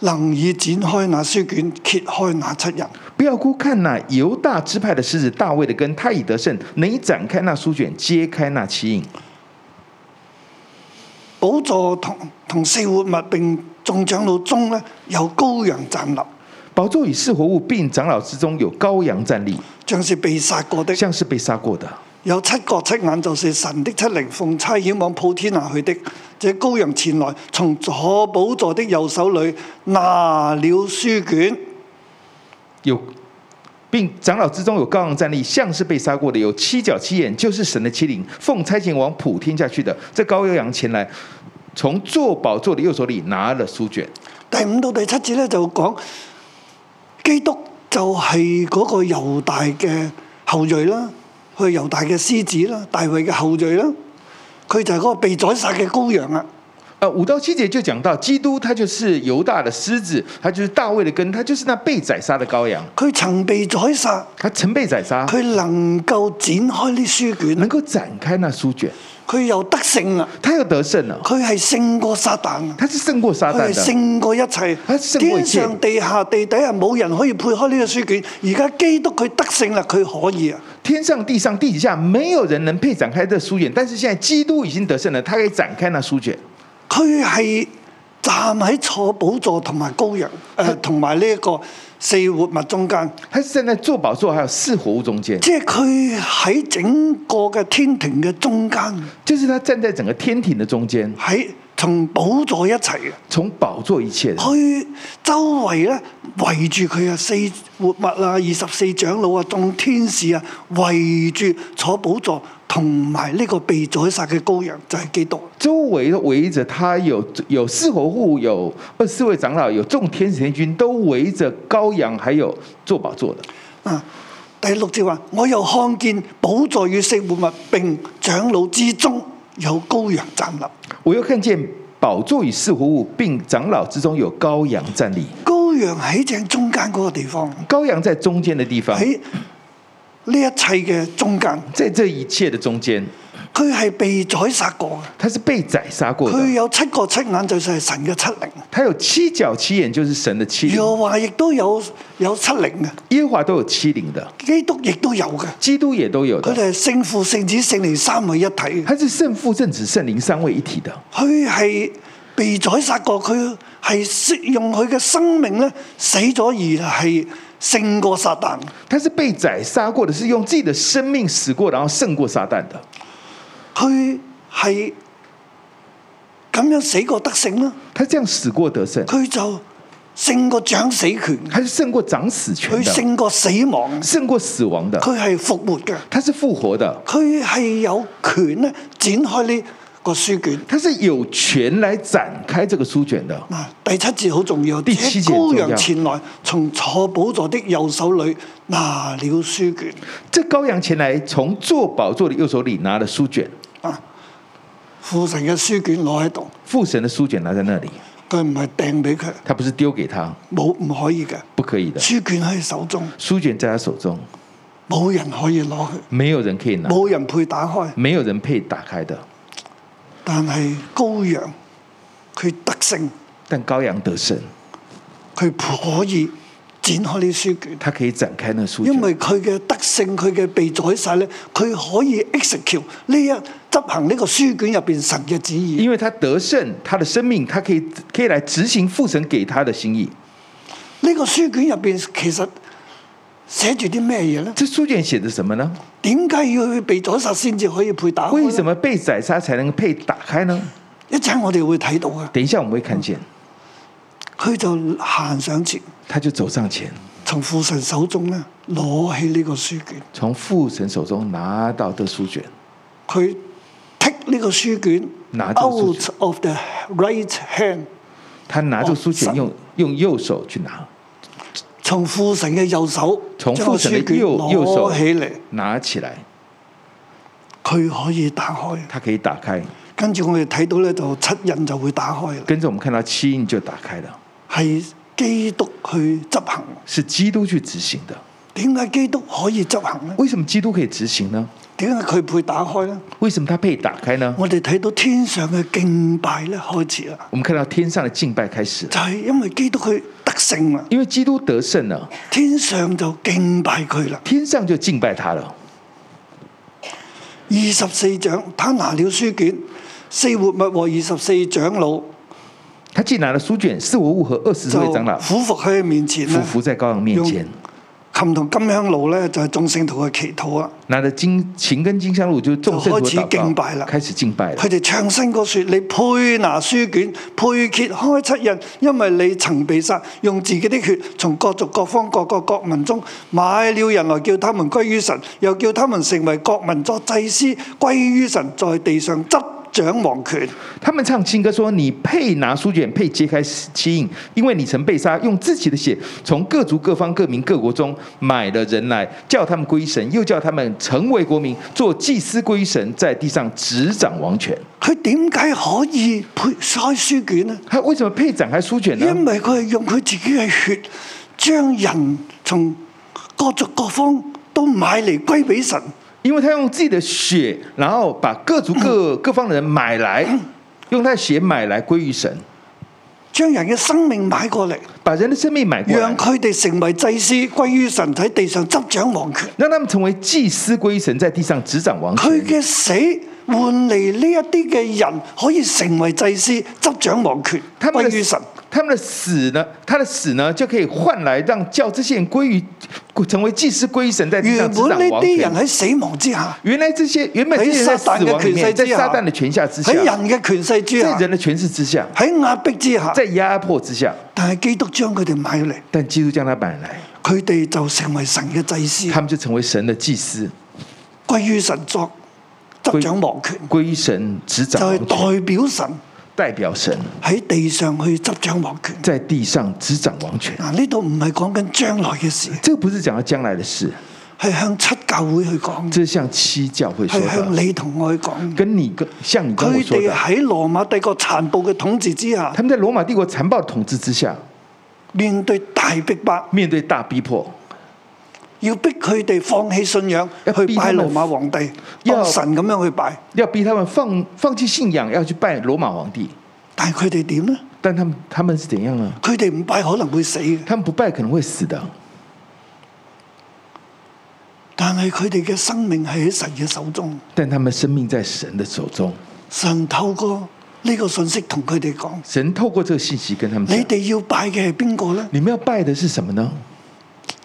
S2: 能以展開那書卷，揭開那七人。：“
S3: 不要哭，看那犹大支派的狮子大卫的根，他已得胜，能以展开那书卷，揭开那七印。”
S2: 寶座同同四活物並眾長老中咧有羔羊站立，
S3: 宝座与四活物并长老之中有羔羊站立，
S2: 像是被殺過的。
S3: 像是被杀过的。
S2: 有七角七眼，就是神的七靈，奉差遣往普天下去的。這羔羊前來，從坐寶座的右手裏拿了書卷，
S3: 有，并长老之中有羔羊站立，像是被杀过的，有七角七眼，就是神的七灵，奉差遣往普天下去的。这羔羊前来，从坐宝座的右手里拿了书卷。
S2: 第五到第七節咧就講基督就係嗰個猶大嘅後裔啦，佢係猶大嘅獅子啦，大衛嘅後裔啦，佢就係嗰個被宰殺嘅羔羊啊！
S3: 呃，五到七节就讲到基督，他就是犹大的狮子，他就是大卫的根，他就是那被宰杀的羔羊，
S2: 佢曾被宰殺，
S3: 他曾被宰杀，
S2: 佢能夠展開呢書卷啊
S3: 能，够展开那书卷，
S2: 佢又得勝啦，
S3: 他又得胜了，
S2: 佢係勝過撒旦啊！
S3: 他是胜过撒
S2: 佢
S3: 旦
S2: 係
S3: 的。
S2: 勝過一切
S3: 佢，勝過一
S2: 天
S3: 切
S2: 上地下地底下冇人可以配開呢個書卷。而家基督佢得勝啦，佢可以啊！
S3: 天上、地上、地底下，没有人能配展开这书卷。但是现在基督已经得胜了，他可以展开那书卷。
S2: 佢係站喺坐寶座同埋羔羊，誒同埋呢一個四活物中間，
S3: 他是站在坐宝座还有四活物中间，
S2: 即係佢喺整個嘅天庭嘅中間，
S3: 就是他站在整个天庭的中间，
S2: 喺同寶座一齊嘅。
S3: 从宝座一切的。
S2: 佢周圍咧圍住佢啊，四活物啊，二十四長老啊，眾天使啊，圍住坐寶座同埋呢個被宰殺嘅羔羊，就係、基督。
S3: 周围围着他有有四活物，有二十四位长老，有众天使天君，都围着羔羊，还有坐宝座的。
S2: 啊，第六節話：我又看見寶座與四活物並長老之中有羔羊站立。
S3: 我又看见宝座与四活物，并长老之中有羔羊站立，
S2: 羔羊喺正中間嗰個地方，
S3: 羔羊在中间的地方，
S2: 喺呢一切嘅中間，
S3: 在这一切的中间，
S2: 佢係被宰殺過嘅。
S3: 他是被宰杀过
S2: 佢
S3: 的。
S2: 有七個七眼，就係神嘅七靈。
S3: 他有七角七眼，就是神的七
S2: 耶
S3: 灵。
S2: 和華亦都有有七靈嘅，
S3: 耶和华都有七灵的，
S2: 基督亦都有嘅。
S3: 基督也都有的
S2: 佢。哋係聖父、聖子、聖靈三位一體嘅。
S3: 他是圣父、圣子、圣灵三位一体的。
S2: 佢係被宰殺過，佢係用佢嘅生命咧死咗而係勝過撒旦。
S3: 他是被宰杀过的，是用自己的生命死过，然后胜过撒旦的。
S2: 佢係咁樣死過得勝啦，
S3: 他这样死过得胜，
S2: 佢就勝過掌死權，
S3: 他是胜过掌死权
S2: 佢
S3: 的，
S2: 勝過死亡，
S3: 胜过死亡的，
S2: 佢係復活嘅，
S3: 他是复活的，
S2: 佢係有權咧展開呢個書卷。
S3: 他是有权来展开这个书卷的。
S2: 嗱，第七節好重要。
S3: 第七節
S2: 這
S3: 很重
S2: 羔
S3: 要
S2: 羊前來，從坐寶座的右手裏拿了書卷。
S3: 这羔羊前来，从坐宝座的右手里拿了书卷，
S2: 啊，父神嘅書卷攞喺度，
S3: 父神的书卷拿在那里，
S2: 佢唔係掟俾佢，
S3: 他不是丢给他，
S2: 冇唔可以嘅。
S3: 不可以的。
S2: 書卷喺手中，
S3: 书卷在他手中，
S2: 冇人可以攞佢，
S3: 没有人可以拿，
S2: 冇人配打開。
S3: 没有人配打开的。
S2: 但係羔羊，佢得勝，
S3: 但羔羊得胜，
S2: 佢可以展開呢書卷，
S3: 他可以展开那书卷，
S2: 因為佢嘅德性、佢嘅被宰殺咧，佢可以 execute 呢一執行呢個書卷入邊神嘅旨意。
S3: 因为他得胜，他的生命，他可以可以来执行父神给他的心意。
S2: 呢、個書卷入邊其實寫住啲咩嘢咧？
S3: 这书卷写的什么呢？
S2: 點解要去被宰殺先至可以配打開
S3: 为
S2: 呢？
S3: 什么被宰杀才能被打开呢？
S2: 一陣我哋會睇到啊！
S3: 等一下我们会看见，
S2: 佢就行上前，
S3: 他就走上前，
S2: 從父神手中咧攞起呢個書卷，
S3: 从父神手中拿到的书卷，
S2: 佢剔呢個書卷
S3: 拿走書卷
S2: out of the right hand，
S3: 他拿住书
S2: 哦
S3: 卷
S2: 神
S3: 用用右手去拿，
S2: 從父神嘅右手
S3: 從
S2: 將個
S3: 父神嘅
S2: 書卷
S3: 右右手
S2: 攞起嚟，
S3: 拿起来，
S2: 佢可以打開。
S3: 他可以打开。
S2: 跟住我哋睇到咧，就七印就會打開啦，
S3: 跟着我们看到七印就打开了，
S2: 係基督去執行。
S3: 是基督去执行的。
S2: 點解基督可以執行咧？
S3: 为什么基督可以执行呢？
S2: 點解佢配打開咧？
S3: 为什么他被打开呢？
S2: 我哋睇到天上嘅敬拜咧開始啦，
S3: 我们看到天上的敬拜开始了，
S2: 就係、因為基督佢得勝啦，
S3: 因为基督得胜了，
S2: 天上就敬拜佢啦。
S3: 天上就敬拜他了。
S2: 二十四章，他拿了書卷，四活物和二十四長老
S3: 他既拿了书卷、四活物和二十
S2: 就
S3: 位长老，
S2: 俯伏喺佢面前
S3: 俯
S2: 咧，
S3: 伏在羔羊面前，
S2: 琴同金香爐咧就係眾聖徒嘅祈禱啊。
S3: 拿着金琴跟金香炉，就是众圣徒
S2: 就
S3: 的
S2: 开始
S3: 祷告
S2: 敬拜了
S3: 开始敬拜了
S2: 佢。哋唱新歌說：你配拿書卷，配揭開七印，因為你曾被殺，用自己的血從各族、各方、各國、各民中買了人來，叫他們歸於神，又叫他們成為國民作祭司，歸於神，在地上執掌王權。
S3: 他们唱新歌说：“你配拿书卷，配揭开七印，因为你曾被杀，用自己的血从各族、各方、各民、各国中买了人来，叫他们归神，又叫他们成为国民，做祭司归神，在地上执掌王权。
S2: 佢點解可以配開書卷呢？
S3: 他为什么配展开书卷呢？
S2: 因為佢係用佢自己嘅血，將人從各族、各方都買嚟歸俾神。
S3: 因为他用自己的血，然后把各族各各方的人 买来，用他的血买来归于神，
S2: 將人嘅生命買過嚟，
S3: 把人的生命买过来
S2: 讓，佢哋成為祭司，歸於神喺地上執掌王權。
S3: 让他们成为祭司归神，在地上执掌王
S2: 佢
S3: 权。
S2: 嘅死換嚟呢一啲嘅人可以成為祭司，執掌王權，
S3: 他们
S2: 歸
S3: 的
S2: 於神。
S3: 他们的死呢？他的死呢，就可以换来让教这些人归于成为祭司归神，在地
S2: 原
S3: 上执
S2: 本呢
S3: 掌王
S2: 啲人
S3: 权。
S2: 喺死亡之下，
S3: 原来这些原本这些人在
S2: 喺
S3: 死
S2: 撒旦嘅
S3: 亡里
S2: 權
S3: 面，
S2: 勢
S3: 在
S2: 之
S3: 撒
S2: 下，
S3: 旦的权下之下，
S2: 喺人嘅權勢之
S3: 在
S2: 下，
S3: 人的权势之下，
S2: 喺壓迫之下
S3: 在，压迫之下，
S2: 但係基督將佢哋買嚟，
S3: 但基督将他买来，
S2: 佢哋就成為神嘅祭司，
S3: 他们就成为神的祭司，
S2: 歸於神作執掌王權，
S3: 归于神执
S2: 就
S3: 掌王
S2: 係
S3: 权，
S2: 代表神
S3: 代表神
S2: 喺地上去執掌王權。
S3: 在地上执掌王权。
S2: 嗱，呢度唔係講緊將來嘅事，
S3: 这个不是讲到将来的事，
S2: 係向七教會去講，
S3: 这是向七教会说
S2: 係向
S3: 的，
S2: 你同我去講。
S3: 跟你跟像你跟我
S2: 佢
S3: 说
S2: 哋啊
S3: 的，
S2: 喺羅馬帝國殘暴嘅統治之下
S3: 他，们在罗马帝国残暴统治之下，
S2: 面對大逼迫，
S3: 面对大逼迫，
S2: 要逼佢哋放棄信仰，
S3: 要
S2: 去
S3: 逼他
S2: 拜
S3: 們
S2: 羅馬皇帝，
S3: 要
S2: 當神咁樣去拜。
S3: 要逼他们放放弃信仰，要去拜罗马皇帝。
S2: 但係佢哋點呢？
S3: 但他们他们是怎样呢？
S2: 佢哋唔拜可能會死嘅，
S3: 他们不拜可能会死的，
S2: 但係佢哋嘅生命係喺神嘅手中。
S3: 但他们生命在神的手中。
S2: 神透過呢個信息同佢哋講：
S3: 神透过这个信息跟他们
S2: 你
S3: 讲：
S2: 哋要拜嘅係邊個呢？
S3: 你们要拜的是什么呢？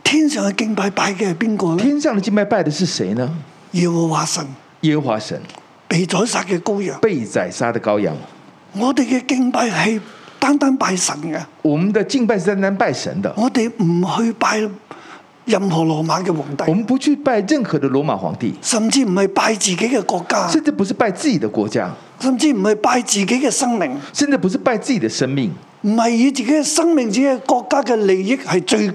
S2: 天上嘅敬拜拜嘅係邊個呢？
S3: 天上的敬拜拜的是谁呢？
S2: 耶和華神
S3: 耶和华神，
S2: 被宰殺嘅羔羊。
S3: 被宰杀的羔羊。
S2: 我哋嘅敬拜係單單拜神嘅，
S3: 我们的敬拜是单单拜神的，
S2: 我哋唔去拜任何羅馬嘅皇
S3: 我
S2: 帝，
S3: 们不去拜任何的罗马皇帝，
S2: 甚至唔係拜自己嘅國家，
S3: 甚至不是拜自己的国家，
S2: 甚至唔係拜自己嘅生命，
S3: 甚至不是拜自己的生命，
S2: 唔係以自己嘅生命、自己嘅國家嘅利益係最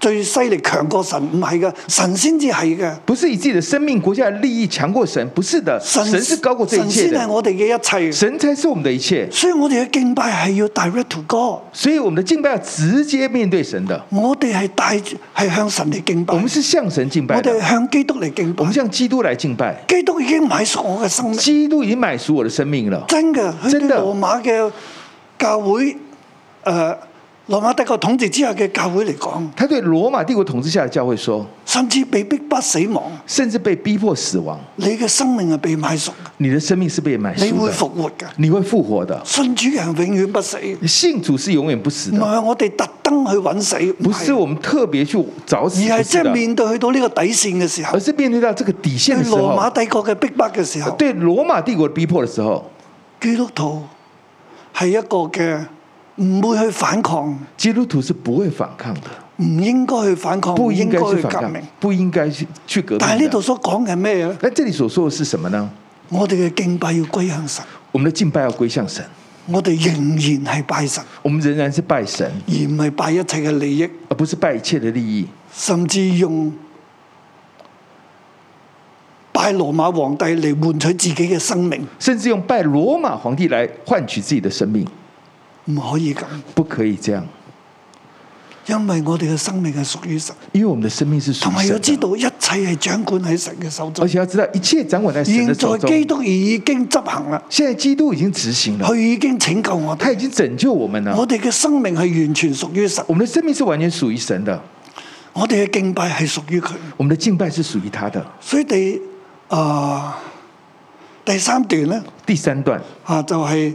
S2: 最犀利強過神，唔係嘅，神先至係嘅。
S3: 不是以自己的生命、国家的利益强过神，不是的，
S2: 神
S3: 神是高过这一
S2: 神
S3: 切
S2: 先
S3: 的
S2: 係。我哋嘅一切，
S3: 神才是我们的一切，
S2: 所以我哋嘅敬拜係要 direct to God，
S3: 所以我们的敬拜要直接面对神的，
S2: 我哋係帶係向神嚟敬拜，
S3: 我们是向神敬拜
S2: 我哋係
S3: 的，
S2: 向基督嚟敬
S3: 我
S2: 拜
S3: 们。向基督来敬拜。
S2: 基督已經買贖我嘅生命。
S3: 基督已经买赎我的生命了，
S2: 真嘅，去呃
S3: 真
S2: 到
S3: 的
S2: 羅馬嘅教會，誒、羅馬帝國統治之下嘅教會嚟講，
S3: 他对罗马帝国统治下的教会说，
S2: 甚至被逼不死亡，
S3: 甚至被逼迫死亡，
S2: 你嘅生命係被買贖，
S3: 你的生命是被买
S2: 你
S3: 赎
S2: 會
S3: 的，
S2: 復活嘅。
S3: 你会复活的。
S2: 信主人永遠不死，唔
S3: 信主是永远不死的，
S2: 係我哋特登去揾死，唔
S3: 不是
S2: 係
S3: 我们特别去找死，
S2: 而
S3: 不
S2: 係即
S3: 是
S2: 係
S3: 的，
S2: 面對去到呢個底線嘅時候
S3: 而，是面对到这个底线
S2: 對
S3: 的时
S2: 羅馬
S3: 候，
S2: 帝國嘅逼迫嘅時候，
S3: 对罗马帝国的逼迫的时候，
S2: 基督徒係一個嘅唔會去反抗，
S3: 基督徒是不会反抗的，
S2: 唔應該去反抗，
S3: 不
S2: 唔
S3: 应
S2: 應
S3: 该
S2: 該
S3: 去
S2: 去
S3: 反
S2: 革
S3: 抗
S2: 命。，
S3: 不应该去去革命的。
S2: 但係呢度所講嘅咩咧？
S3: 那这里所说的是什么呢？
S2: 我哋嘅敬拜要歸向神，
S3: 我们的敬拜要归向神，
S2: 我哋仍然係拜神，
S3: 我们仍然是拜神，
S2: 而唔係拜一切嘅利益，
S3: 而不是拜一切的利益，
S2: 甚至用拜羅馬皇帝嚟換取自己嘅生命，
S3: 甚至用拜罗马皇帝来换取自己的生命，
S2: 唔可以咁，
S3: 不可以这样，
S2: 因為我哋嘅生命係屬於神，
S3: 因为我们的生命是属
S2: 同
S3: 于
S2: 埋要
S3: 神
S2: 知
S3: 的，
S2: 道一切係掌管喺神嘅手
S3: 而
S2: 中。
S3: 且要知道一切掌管在神
S2: 現
S3: 的手
S2: 在
S3: 中。
S2: 基督已經執行啦，
S3: 现在基督已经执行了
S2: 佢，已經拯救我
S3: 他已
S2: 哋，
S3: 经拯救我们了
S2: 我。哋嘅生命係完全屬於神，
S3: 我们的生命是完全属于神的，
S2: 我哋嘅敬拜係屬於佢。
S3: 我们的敬拜是属于他的。
S2: 所以第啊、第三段咧
S3: 第三段
S2: 啊就係、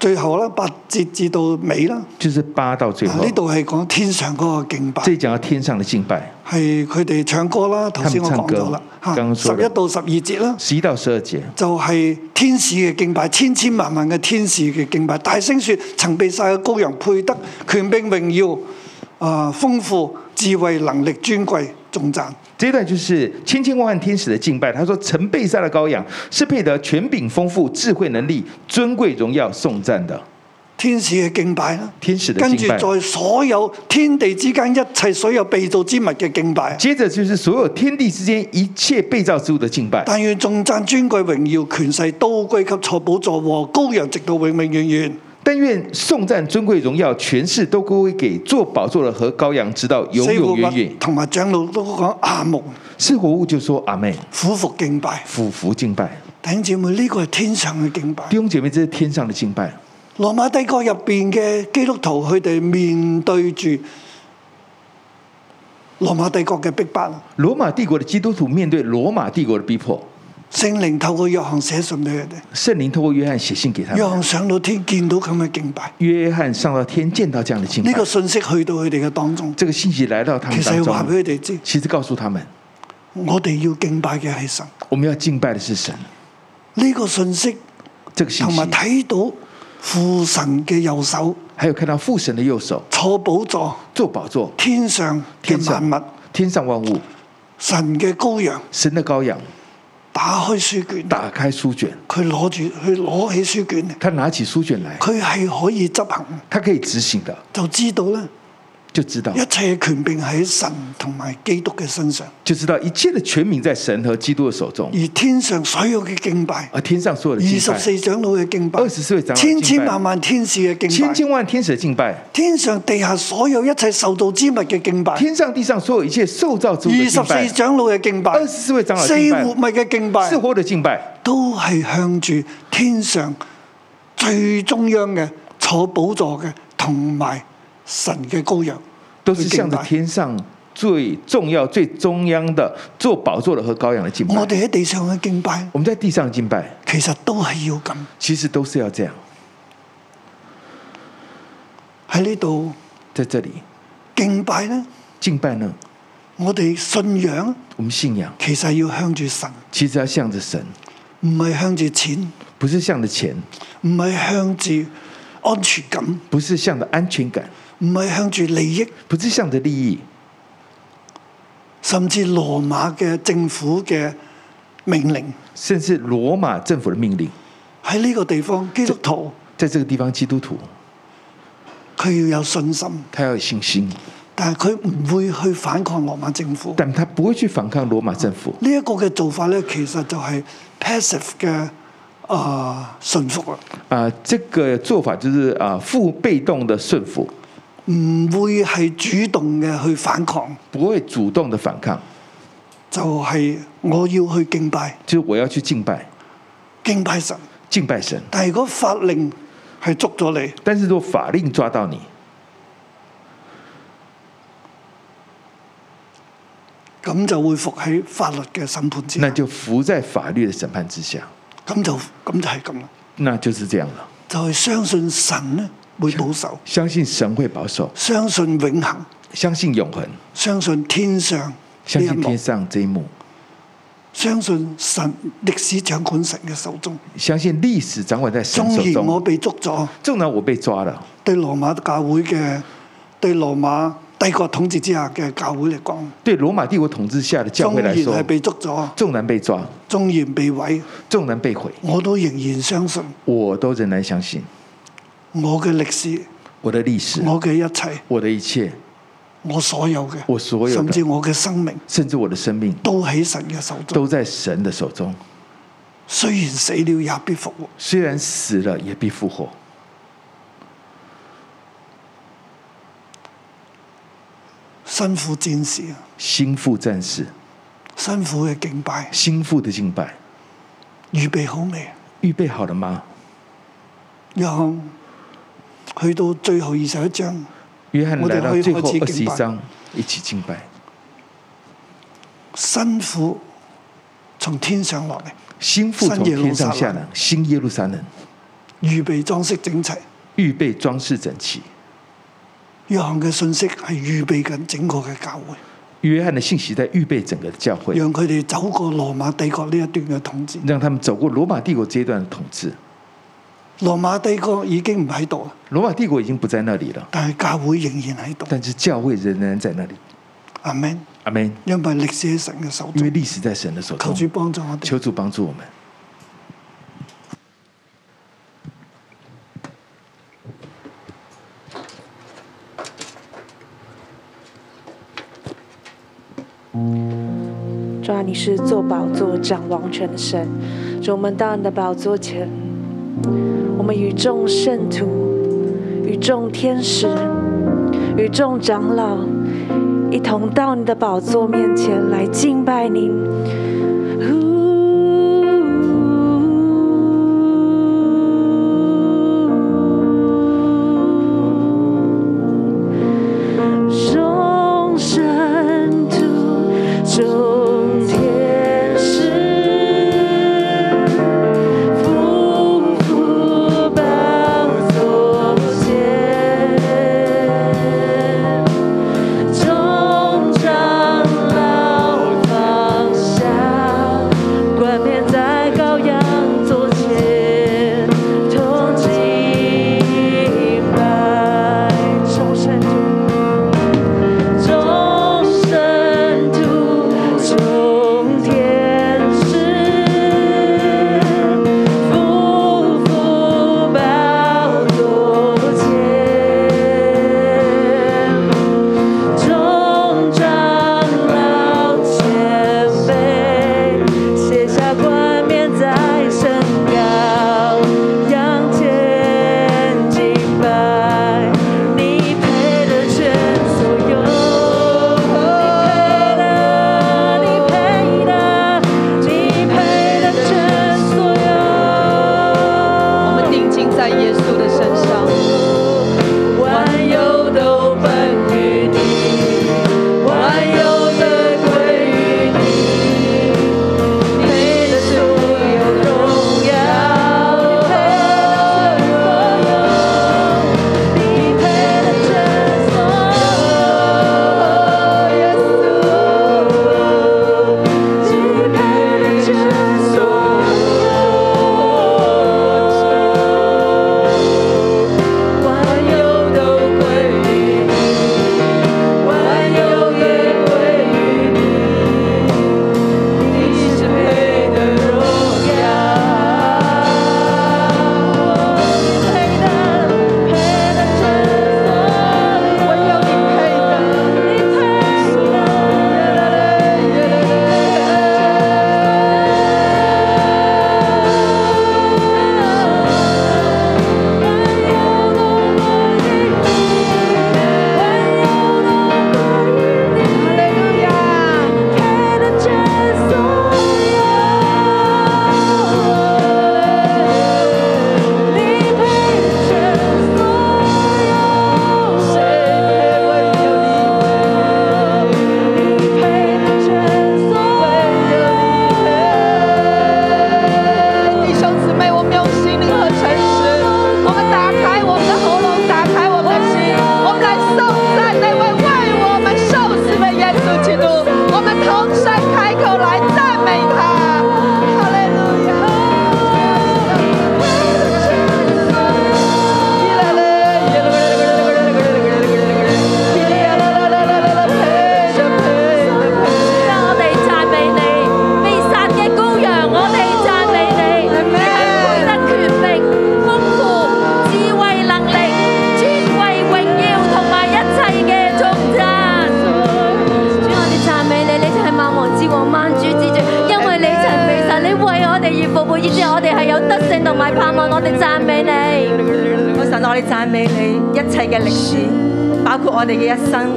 S2: 最後啦，八節至到尾啦。
S3: 就是八到最
S2: 啊
S3: 后
S2: 呢，度係講天上嗰個敬拜，
S3: 这里讲到天上的敬拜，
S2: 係佢哋唱歌啦。頭先我
S3: 他們
S2: 講
S3: 唱歌
S2: 咗啦，嚇
S3: 剛剛
S2: 十
S3: 說了
S2: 一到十二節啦，
S3: 十一到十二节，
S2: 就係、天使嘅敬拜，千千萬萬嘅天使嘅敬拜。大聲説：曾被殺嘅羔羊配得權柄榮耀啊、豐富智慧能力尊貴重讚。
S3: 这一段就是千千万万天使的敬拜。他说：“曾被杀的羔羊是配得权柄、丰富、智慧、能力、尊贵、荣耀、颂赞的。
S2: 天使嘅敬拜啦，
S3: 天使的
S2: 跟住
S3: 敬拜
S2: 在所有天地之間一切所有被造之物嘅敬拜”。
S3: 接着就是所有天地之间一切被造之物的敬拜。
S2: 但願重讚尊貴榮耀權勢都歸給坐寶座和羔羊，直到永永遠遠。
S3: 但愿颂赞、尊贵、荣耀、权势都归给做宝座的和羔羊，直到永
S2: 四活
S3: 永远
S2: 物
S3: 远。
S2: 同埋長老都講阿蒙
S3: 是活物就说：“阿妹，
S2: 俯伏敬拜。
S3: 俯伏敬拜。”
S2: 弟兄姊妹，呢、個係天上嘅敬拜
S3: 弟。兄姐妹，这是天上的敬拜。
S2: 羅馬帝國入邊嘅基督徒，佢哋面對住羅馬帝國嘅逼迫，
S3: 罗马帝国的基督徒面对罗马帝国的逼迫，
S2: 聖靈透過約翰寫信俾佢哋。
S3: 圣灵透过约翰写信给他
S2: 約
S3: 们。
S2: 翰上到天見到咁嘅敬拜。
S3: 约翰上到天见到这样的敬
S2: 呢
S3: 拜，
S2: 個信息去到佢哋嘅當中，
S3: 这个信息来到他
S2: 其
S3: 们
S2: 實
S3: 当
S2: 係話
S3: 中，
S2: 俾佢哋知，
S3: 其实告诉他们，
S2: 我哋要敬拜嘅係神。
S3: 我们要敬拜的是神。
S2: 呢、個信息
S3: 这个信
S2: 同
S3: 息
S2: 埋，睇到父神嘅右手
S3: 还有看到父神的右手
S2: 坐寶座，
S3: 做宝座，
S2: 天上
S3: 天
S2: 嘅
S3: 上
S2: 萬物，
S3: 天上万物，
S2: 神嘅羔羊
S3: 神的羔羊
S2: 打開書卷，
S3: 打开书卷，
S2: 佢攞住佢攞起書卷，
S3: 他拿起书卷来，
S2: 佢係可以執行，
S3: 他可以执行的，
S2: 就知道咧
S3: 就知道
S2: 一切嘅權柄喺神同埋基督嘅身上，
S3: 就知道一切的权柄在神和基督的手中，
S2: 而天上所有嘅敬拜。
S3: 而天上所有
S2: 二
S3: 的敬
S2: 十
S3: 拜，
S2: 四長老嘅敬拜，
S3: 24位長老嘅敬
S2: 千
S3: 拜
S2: 千萬萬天使嘅敬
S3: 千
S2: 拜，
S3: 千万天使的敬拜。
S2: 天上地下所有一切受造之物嘅敬拜，
S3: 天上地上所有一切受造之物
S2: 二
S3: 的
S2: 啊十
S3: 敬拜
S2: 四，長老嘅敬拜，
S3: 24位長老
S2: 四
S3: 敬拜
S2: 活物嘅敬
S3: 是
S2: 拜，
S3: 活的敬拜，
S2: 都係向住天上最中央嘅坐寶座嘅，同埋神嘅羔羊，
S3: 都是向着
S2: 去敬拜
S3: 天上最重要、最中央的做宝座的和羔羊的敬拜。
S2: 我哋喺地上嘅敬拜，
S3: 我们在地上敬拜，
S2: 其實都係要咁
S3: 其实都是要这样。
S2: 喺呢度
S3: 在这里
S2: 敬拜呢，
S3: 敬拜呢，
S2: 我哋信仰
S3: 我们信仰
S2: 其實要向住神，
S3: 其实要向着神，
S2: 唔係向住錢，
S3: 不是向着钱，
S2: 唔係向住安全感，
S3: 不是向着安全感，
S2: 唔係向住利益。
S3: 不是向着利益，
S2: 甚至羅馬嘅政府嘅命令
S3: 甚至罗马政府的命令。
S2: 喺呢個地方，基督徒
S3: 在这个地方，基督徒
S2: 佢要有信心，
S3: 他要有信心，
S2: 但係佢唔會去反抗羅馬政府。呢、
S3: 但他不会去反抗罗马政府。
S2: 一個嘅做法咧，其實就係 passive 嘅啊、呃、順服啦，
S3: 啊、这个做法就是啊、负被动的顺服，
S2: 唔會係主動嘅去反抗，
S3: 不会主动的反抗，
S2: 就係、我要去敬拜
S3: 就是我要去敬拜，
S2: 敬拜神。
S3: 敬拜神。
S2: 但係如果法令係捉咗你，
S3: 但是如果法令抓到你，
S2: 咁就會伏喺法律嘅審判之下
S3: 那，就服在法律的审判之下，
S2: 咁就咁就係咁啦，
S3: 那就是这样了。
S2: 就係、相信神咧會保守，
S3: 相信神会保守，
S2: 相信永恆，
S3: 相信永恒，
S2: 相信天上呢
S3: 相
S2: 一
S3: 信天
S2: 幕，
S3: 上这一幕，
S2: 相信神歷史掌管神嘅手中。
S3: 相信历史掌管在神手
S2: 縱然我
S3: 中。
S2: 被捉咗，
S3: 纵然我被抓了，
S2: 對羅馬教會嘅對羅馬帝國統治之下嘅教會嚟講，
S3: 对罗马帝国统治下的教
S2: 縱
S3: 会来
S2: 然
S3: 说，
S2: 係被捉咗，
S3: 纵然被抓，
S2: 縱然被毀，
S3: 纵然被毁，
S2: 我都仍然相信
S3: 我都仍然相信
S2: 我嘅歷史，
S3: 我的历史，
S2: 我嘅一切，
S3: 我的一切，
S2: 我所有嘅，
S3: 我所有的
S2: 甚至我嘅生命
S3: 甚至我的生命，
S2: 都喺神嘅手中。
S3: 都在神的手中。
S2: 雖然死了也必復活。
S3: 虽然死了，也必复活。
S2: 辛苦戰士啊，
S3: 心腹战士，
S2: 辛苦嘅敬拜，
S3: 心腹的敬拜，
S2: 預備好未？
S3: 预备好了吗？
S2: 然後去到最後二十一章，
S3: 约翰
S2: 我哋
S3: 来到
S2: 可以
S3: 最后
S2: 開
S3: 二
S2: 始
S3: 十一
S2: 敬拜
S3: 章，一起敬拜。
S2: 辛苦從天上落嚟，
S3: 心腹从天上下来，新耶路撒冷，
S2: 預備裝飾整齊。
S3: 预备装饰整齐。
S2: 約翰嘅信息係預備緊整個嘅教會，
S3: 约翰的信息在预备整个教会，
S2: 讓佢哋走過羅馬帝國呢一段嘅統治。
S3: 让他们走过罗马帝国阶段的统治。
S2: 羅馬帝國已經唔喺度啦，
S3: 罗马帝国已经不在那里了，
S2: 但係教會仍然喺度。
S3: 但是教会仍然在那里。
S2: 阿 Man，
S3: 阿门。
S2: 因為歷史喺神嘅手
S3: 因为
S2: 中，
S3: 历史在神的手
S2: 求主
S3: 中，
S2: 幫助我哋
S3: 求。主帮助我们。
S4: 主啊，你是做宝座、掌王权的神。主，我们到你的宝座前，我们与众圣徒、与众天使、与众长老一同到你的宝座面前来敬拜你。众圣徒，众天使，夫妇宝座前，众长老放下。
S5: 服務，以致我哋係有德性同埋盼望。我哋讚美你。
S6: 我神，我哋讚美你一切嘅歷史，包括我哋嘅一生，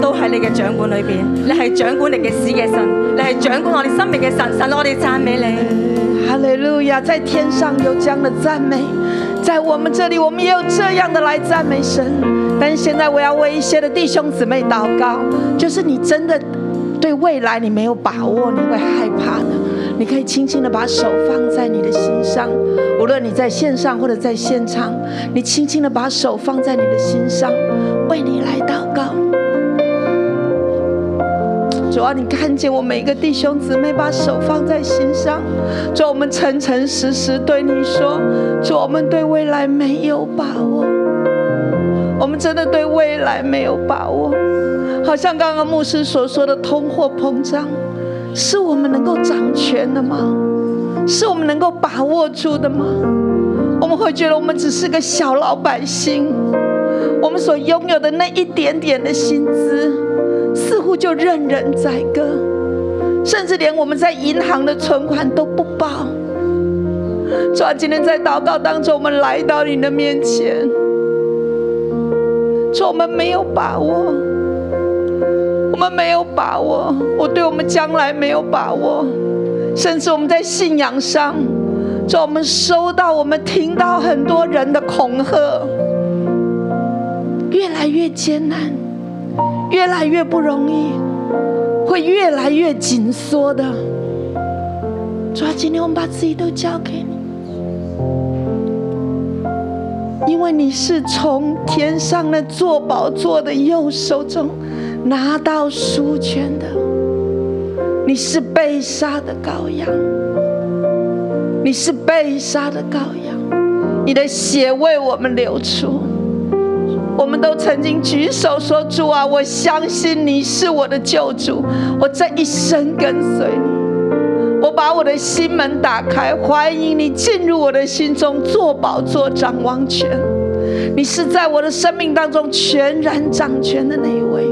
S6: 都喺你嘅掌管裏邊。你係掌管歷史嘅神，你係掌管我哋生命嘅神。神，我哋讚美你。
S4: 哈利路亚，在天上有这样的赞美，在我们这里，我们也有这样的来赞美神。但是现在，我要为一些的弟兄姊妹祷告，就是你真的对未来你没有把握，你会害怕的。你可以轻轻的把手放在你的心上，无论你在线上或者在现场，你轻轻的把手放在你的心上，为你来祷告。主啊，你看见我每一个弟兄姊妹把手放在心上，主啊，我们诚诚实实对你说，主啊，我们对未来没有把握，我们真的对未来没有把握。好像刚刚牧师所说的通货膨胀，是我们能够掌权的吗？是我们能够把握住的吗？我们会觉得我们只是个小老百姓，我们所拥有的那一点点的薪资，似乎就任人宰割，甚至连我们在银行的存款都不保。主啊，今天在祷告当中，我们来到你的面前，主，我们没有把握，我们没有把握，我对我们将来没有把握，甚至我们在信仰上，主，我们收到、我们听到很多人的恐吓，越来越艰难。越来越不容易，会越来越紧缩的。主要今天我们把自己都交给你，因为你是从天上那坐宝座的右手中拿到书权的，你是被杀的羔羊，你是被杀的羔羊，你的血为我们流出。我们都曾经举手说：“主啊，我相信你是我的救主，我这一生跟随你。我把我的心门打开，欢迎你进入我的心中，做宝座掌王权。你是在我的生命当中全然掌权的那一位。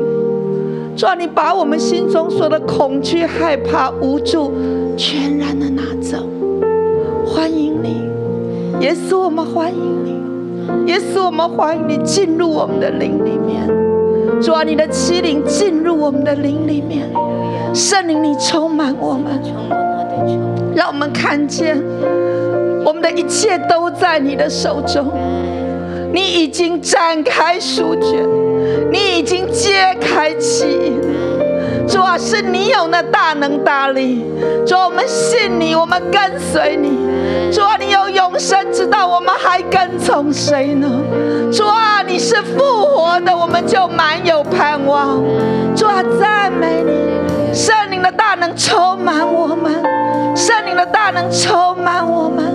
S4: 主啊，你把我们心中所有的恐惧、害怕、无助，全然的拿走。欢迎你，耶稣，我们欢迎你。”耶稣，我们欢迎你进入我们的灵里面。主啊，你的欺凌进入我们的灵里面，圣灵你充满我们，让我们看见我们的一切都在你的手中。你已经展开书卷，你已经揭开奇印。主啊，是你有那大能大力。主啊，我们信你，我们跟随你。主啊，你有永生之道，我们还跟从谁呢？主啊，你是复活的，我们就满有盼望。主啊，赞美你，圣灵的大能充满我们，圣灵的大能充满我们。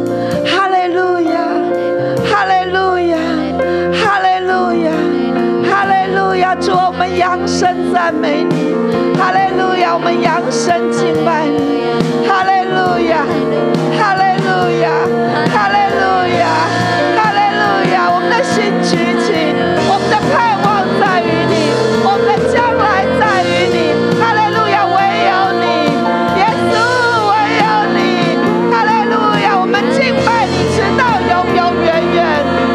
S4: 哈利路亚，哈利路亚，哈利路亚，哈利路亚！主啊，我们扬声赞美你，哈利路亚，我们扬声敬拜你，哈利路亚。哈利路亚，哈利路亚，哈利路亚！我们的心举起，我们的盼望在于你，我们的将来在于你。哈利路亚，唯有你，耶稣，唯有你。哈利路亚，我们敬拜你，直到永永远远。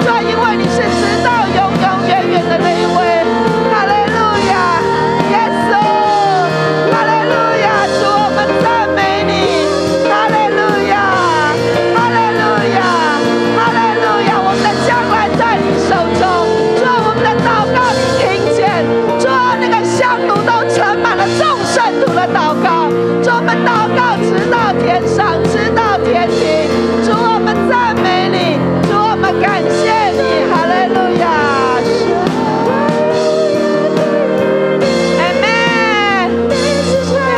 S4: 主啊，因为你是直到永永远远的那一位。哈利路亚，耶稣，哈利路亚，主，啊我们赞美你。哈利路亚，哈利路亚，哈利路亚！我们的将来在你手中，主啊，我们的祷告你听见，主啊，那个香炉都盛满了众圣徒的祷告，主啊我们祷告直到天上，直到天庭，主啊我们赞美你，主啊我们感谢你，哈利路亚。Amen.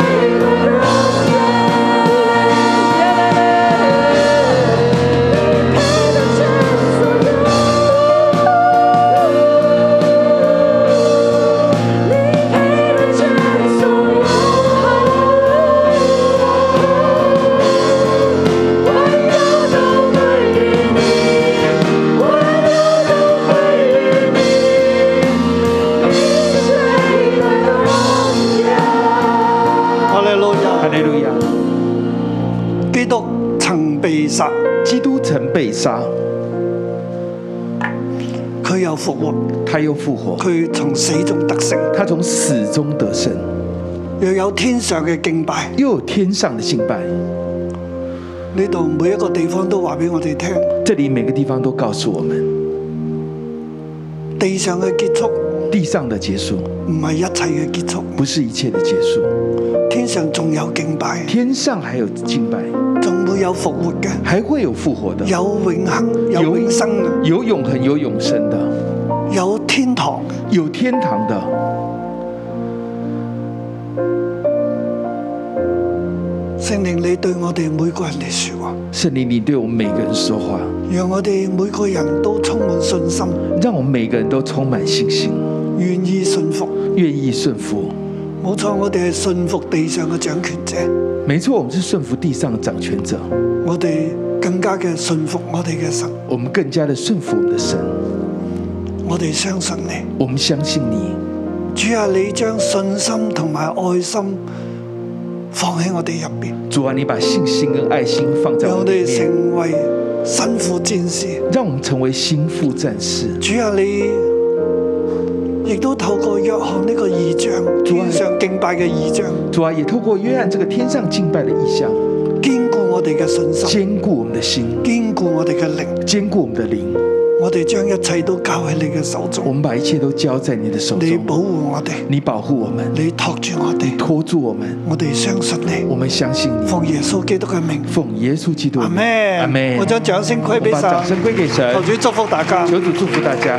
S2: Hallelujah.
S3: 哈利路亚！
S2: 基督被殺，
S3: 基督曾被杀，
S2: 佢又復活，
S3: 他又复活，
S2: 佢從死中得勝。
S3: 他从死中得胜，
S2: 又有天上嘅敬拜，
S3: 又有天上的敬拜。
S2: 呢度每一個地方都話俾我哋聽，
S3: 这里每个地方都告诉我们，
S2: 地上嘅結束
S3: 地上的结束
S2: 唔係一切嘅結束，
S3: 不是一切的结束，
S2: 天上仲有敬拜，
S3: 天上还有敬拜，
S2: 仲會有復活嘅，
S3: 还会有复活的，
S2: 有永恆，有
S3: 有
S2: 永生嘅。
S3: 有永恒有永生的，
S2: 有天堂，
S3: 有天堂的。
S2: 聖靈你對我哋每個人嚟说話，
S3: 圣灵，你对我们每个人说话，
S2: 讓我哋每個人都充滿信心，
S3: 让我们每个人都充满信心，
S2: 願意信服。
S3: 愿意顺服。
S2: 冇錯，我哋係信服地上嘅掌權者，
S3: 没错，我们是顺服地上的掌权者，
S2: 我哋更加嘅信服我哋嘅神，
S3: 我们更加的顺服我们的神，
S2: 我哋相信你。
S3: 我们相信你。
S2: 主啊，你將信心同埋愛心放喺我哋入边，
S3: 主啊，你把信心跟爱心放在
S2: 讓
S3: 我
S2: 我
S3: 们里
S2: 哋
S3: 面，
S2: 成為辛苦戰士。
S3: 让我们成为心腹战士。
S2: 主啊，你亦都透過約翰呢個異象，
S3: 主啊
S2: 天上敬拜嘅異象，
S3: 主啊，也透过约翰这个天上敬拜的意象，
S2: 堅固我哋嘅信心。
S3: 兼顾我们的心，
S2: 坚固我哋嘅灵，
S3: 兼顾我们的灵。
S2: 我哋将一切都交喺你嘅手
S3: 我
S2: 中，
S3: 们把一切都交在你的手
S2: 你保
S3: 中，
S2: 护我哋，
S3: 你保护我们，
S2: 你托住我哋，
S3: 托住我们，
S2: 我哋相信你，
S3: 我们相信你。
S2: 奉耶稣基督嘅名，
S3: 奉耶稣基督的
S2: 阿
S3: 名，
S2: 咩？
S3: 阿门。
S2: 我将掌声归俾
S3: 我把掌
S2: 神，
S3: 声归给神
S2: 求，主祝福大家。
S3: 求主祝福大家。